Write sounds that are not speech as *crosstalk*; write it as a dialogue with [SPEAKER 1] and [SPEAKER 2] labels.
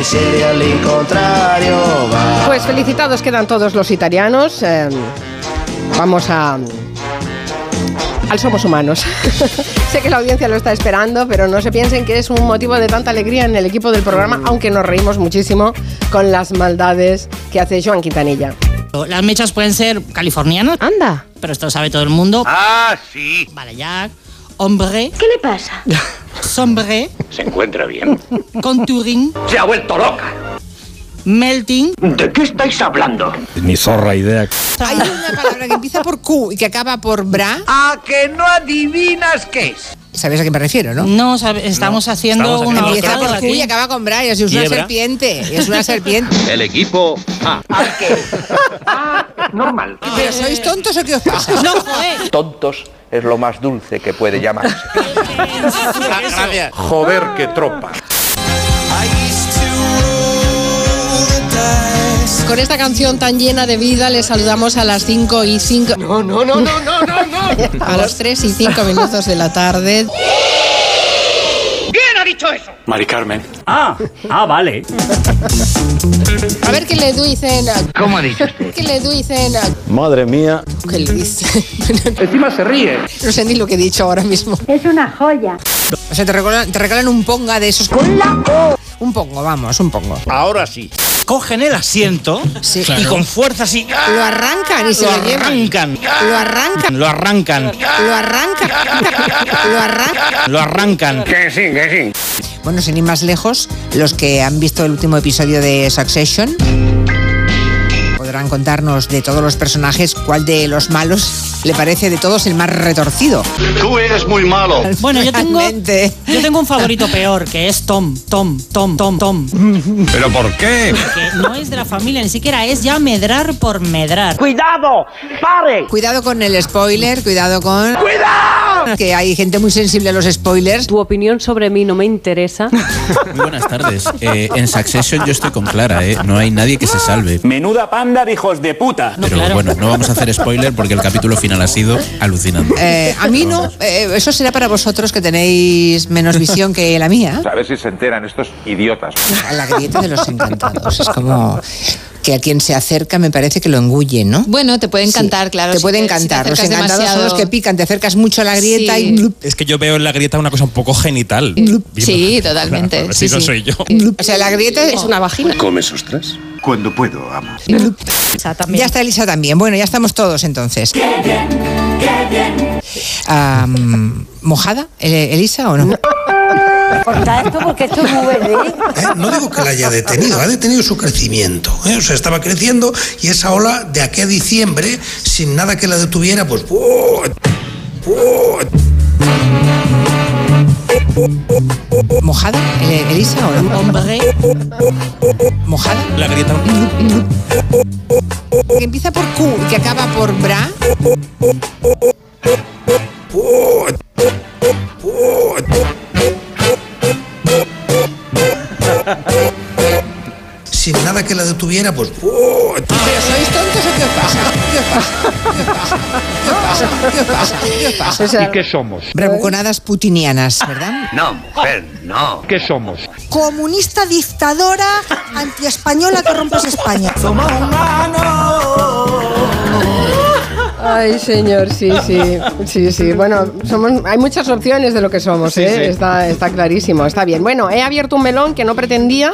[SPEAKER 1] y sigue al contrario va.
[SPEAKER 2] Pues felicitados quedan todos los italianos. Eh, vamos a. Al Somos Humanos. *laughs* sé que la audiencia lo está esperando, pero no se piensen que es un motivo de tanta alegría en el equipo del programa,
[SPEAKER 3] Mm.
[SPEAKER 2] aunque nos reímos muchísimo con las maldades que hace Joan Quintanilla.
[SPEAKER 4] Las mechas pueden ser californianas,
[SPEAKER 2] Anda.
[SPEAKER 4] pero esto lo sabe todo el mundo.
[SPEAKER 1] Ah, sí.
[SPEAKER 4] Vale, ya. Hombre,
[SPEAKER 5] ¿Qué le pasa?
[SPEAKER 4] sombre,
[SPEAKER 1] Se encuentra bien.
[SPEAKER 4] contouring,
[SPEAKER 1] Se ha vuelto loca.
[SPEAKER 4] melting.
[SPEAKER 1] ¿De qué estáis hablando?
[SPEAKER 6] Ni zorra idea.
[SPEAKER 3] Hay una palabra que empieza por Q y que acaba por bra.
[SPEAKER 1] A que no adivinas qué es.
[SPEAKER 3] ¿Sabes a qué me refiero, no?
[SPEAKER 4] No, sabe- estamos haciendo
[SPEAKER 7] estamos
[SPEAKER 4] una
[SPEAKER 7] haciendo
[SPEAKER 3] Empieza
[SPEAKER 4] horcada
[SPEAKER 3] por Q
[SPEAKER 4] aquí.
[SPEAKER 3] y acaba con bra y es una
[SPEAKER 7] Quiebra.
[SPEAKER 3] serpiente. Es una *laughs* serpiente.
[SPEAKER 7] El equipo A.
[SPEAKER 1] Normal.
[SPEAKER 3] ¿Pero sois tontos o qué os pasa?
[SPEAKER 4] No, joder.
[SPEAKER 8] Tontos es lo más dulce que puede llamarse.
[SPEAKER 7] Gracias.
[SPEAKER 8] Joder, qué tropa.
[SPEAKER 3] Con esta canción tan llena de vida le saludamos a las 5 y 5. No, no, no, no, no, no, no. A las 3 y 5 minutos de la tarde.
[SPEAKER 9] Mari Carmen. Ah, ah, vale.
[SPEAKER 3] A ver qué le dicen.
[SPEAKER 1] ¿Cómo ha dicho usted?
[SPEAKER 3] ¿Qué le dicen?
[SPEAKER 6] Madre mía.
[SPEAKER 3] ¿Qué le *laughs* dicen?
[SPEAKER 1] Encima se ríe.
[SPEAKER 3] No sé ni lo que he dicho ahora mismo.
[SPEAKER 5] Es una joya.
[SPEAKER 3] O sea, te regalan, te regalan un ponga de esos. ¡Con Un pongo, vamos, un pongo.
[SPEAKER 7] Ahora sí. Cogen el asiento
[SPEAKER 3] Sí.
[SPEAKER 7] y con fuerza así. ¡ah!
[SPEAKER 3] Lo arrancan y se
[SPEAKER 7] lo
[SPEAKER 3] lo llevan.
[SPEAKER 7] arrancan.
[SPEAKER 3] Lo arrancan,
[SPEAKER 7] Lo arrancan.
[SPEAKER 3] lo arrancan, lo arrancan.
[SPEAKER 7] Lo arrancan.
[SPEAKER 3] Bueno, sin ir más lejos, los que han visto el último episodio de Succession podrán contarnos de todos los personajes cuál de los malos le parece de todos el más retorcido.
[SPEAKER 9] Tú eres muy malo.
[SPEAKER 4] *laughs* Bueno, yo tengo,
[SPEAKER 3] Realmente.
[SPEAKER 4] yo tengo un favorito peor, que es Tom, Tom, Tom, Tom, Tom.
[SPEAKER 6] ¿Pero por qué?
[SPEAKER 4] Que no es de la familia, ni siquiera es ya medrar por medrar.
[SPEAKER 3] Cuidado con el spoiler, cuidado con... ¡Cuidado! Que hay gente muy sensible a los spoilers.
[SPEAKER 10] Tu opinión sobre mí no me interesa.
[SPEAKER 11] Muy buenas tardes. Eh, en Succession yo estoy con Clara, ¿eh? No hay nadie que se salve.
[SPEAKER 9] Menuda panda de hijos de puta.
[SPEAKER 11] Pero
[SPEAKER 4] claro.
[SPEAKER 11] bueno, no vamos a hacer spoiler porque el capítulo final ha sido alucinante.
[SPEAKER 3] Eh, a mí no, eh, eso será para vosotros que tenéis menos visión que la mía.
[SPEAKER 8] A ver si se enteran estos idiotas.
[SPEAKER 3] A la grieta de los encantados. Es como que a quien se acerca me parece que lo engulle, ¿no?
[SPEAKER 10] Bueno, te puede
[SPEAKER 3] Sí,
[SPEAKER 10] encantar, claro.
[SPEAKER 3] Te
[SPEAKER 10] si
[SPEAKER 3] puede
[SPEAKER 10] si te
[SPEAKER 3] encantar. los
[SPEAKER 10] acercas
[SPEAKER 3] encantados son los
[SPEAKER 10] demasiado.
[SPEAKER 3] que pican. Te acercas mucho a la grieta
[SPEAKER 10] Sí.
[SPEAKER 3] y blup,
[SPEAKER 11] Es que yo veo en la grieta una cosa un poco genital.
[SPEAKER 10] Sí, totalmente.
[SPEAKER 11] *laughs*
[SPEAKER 10] sí, sí.
[SPEAKER 11] yo.
[SPEAKER 3] blup. O sea, la grieta
[SPEAKER 2] Es una vagina.
[SPEAKER 7] ¿Comes ostras?
[SPEAKER 9] Cuando puedo, amo.
[SPEAKER 10] Esa también.
[SPEAKER 3] Ya está Elisa también. Bueno, ya estamos todos entonces. Am, ¿Mojada, eh, Elisa o no?
[SPEAKER 5] Corta esto porque esto es muy verde.
[SPEAKER 8] Eh, No digo que la haya detenido, ha detenido su crecimiento. ¿eh? O sea, estaba creciendo y esa ola de aquí a diciembre, sin nada que la detuviera, pues... ¡buah! ¡buah!
[SPEAKER 3] ¿Mojada, eh, Elisa o no?
[SPEAKER 4] Hombre,
[SPEAKER 3] ¿Mojada?
[SPEAKER 11] La grieta.
[SPEAKER 3] Que empieza por Q y que acaba por bra.
[SPEAKER 8] Sin nada que la detuviera, pues... ¡buah!
[SPEAKER 3] ¿Pero Ah, sois tontos o qué os pasa? ¿Qué os pasa? ¿Qué os pasa? ¿Qué os pasa? ¿Qué os pasa?
[SPEAKER 2] O sea,
[SPEAKER 3] Bravuconadas putinianas, ¿verdad?
[SPEAKER 1] No, mujer, no. ¿Qué somos?
[SPEAKER 5] Comunista dictadora antiespañola que rompes España.
[SPEAKER 2] Ay, señor, sí, sí, sí, sí. Bueno, somos, hay muchas opciones de lo que somos, ¿eh? Está, está clarísimo, está bien. Bueno, he abierto un melón que no pretendía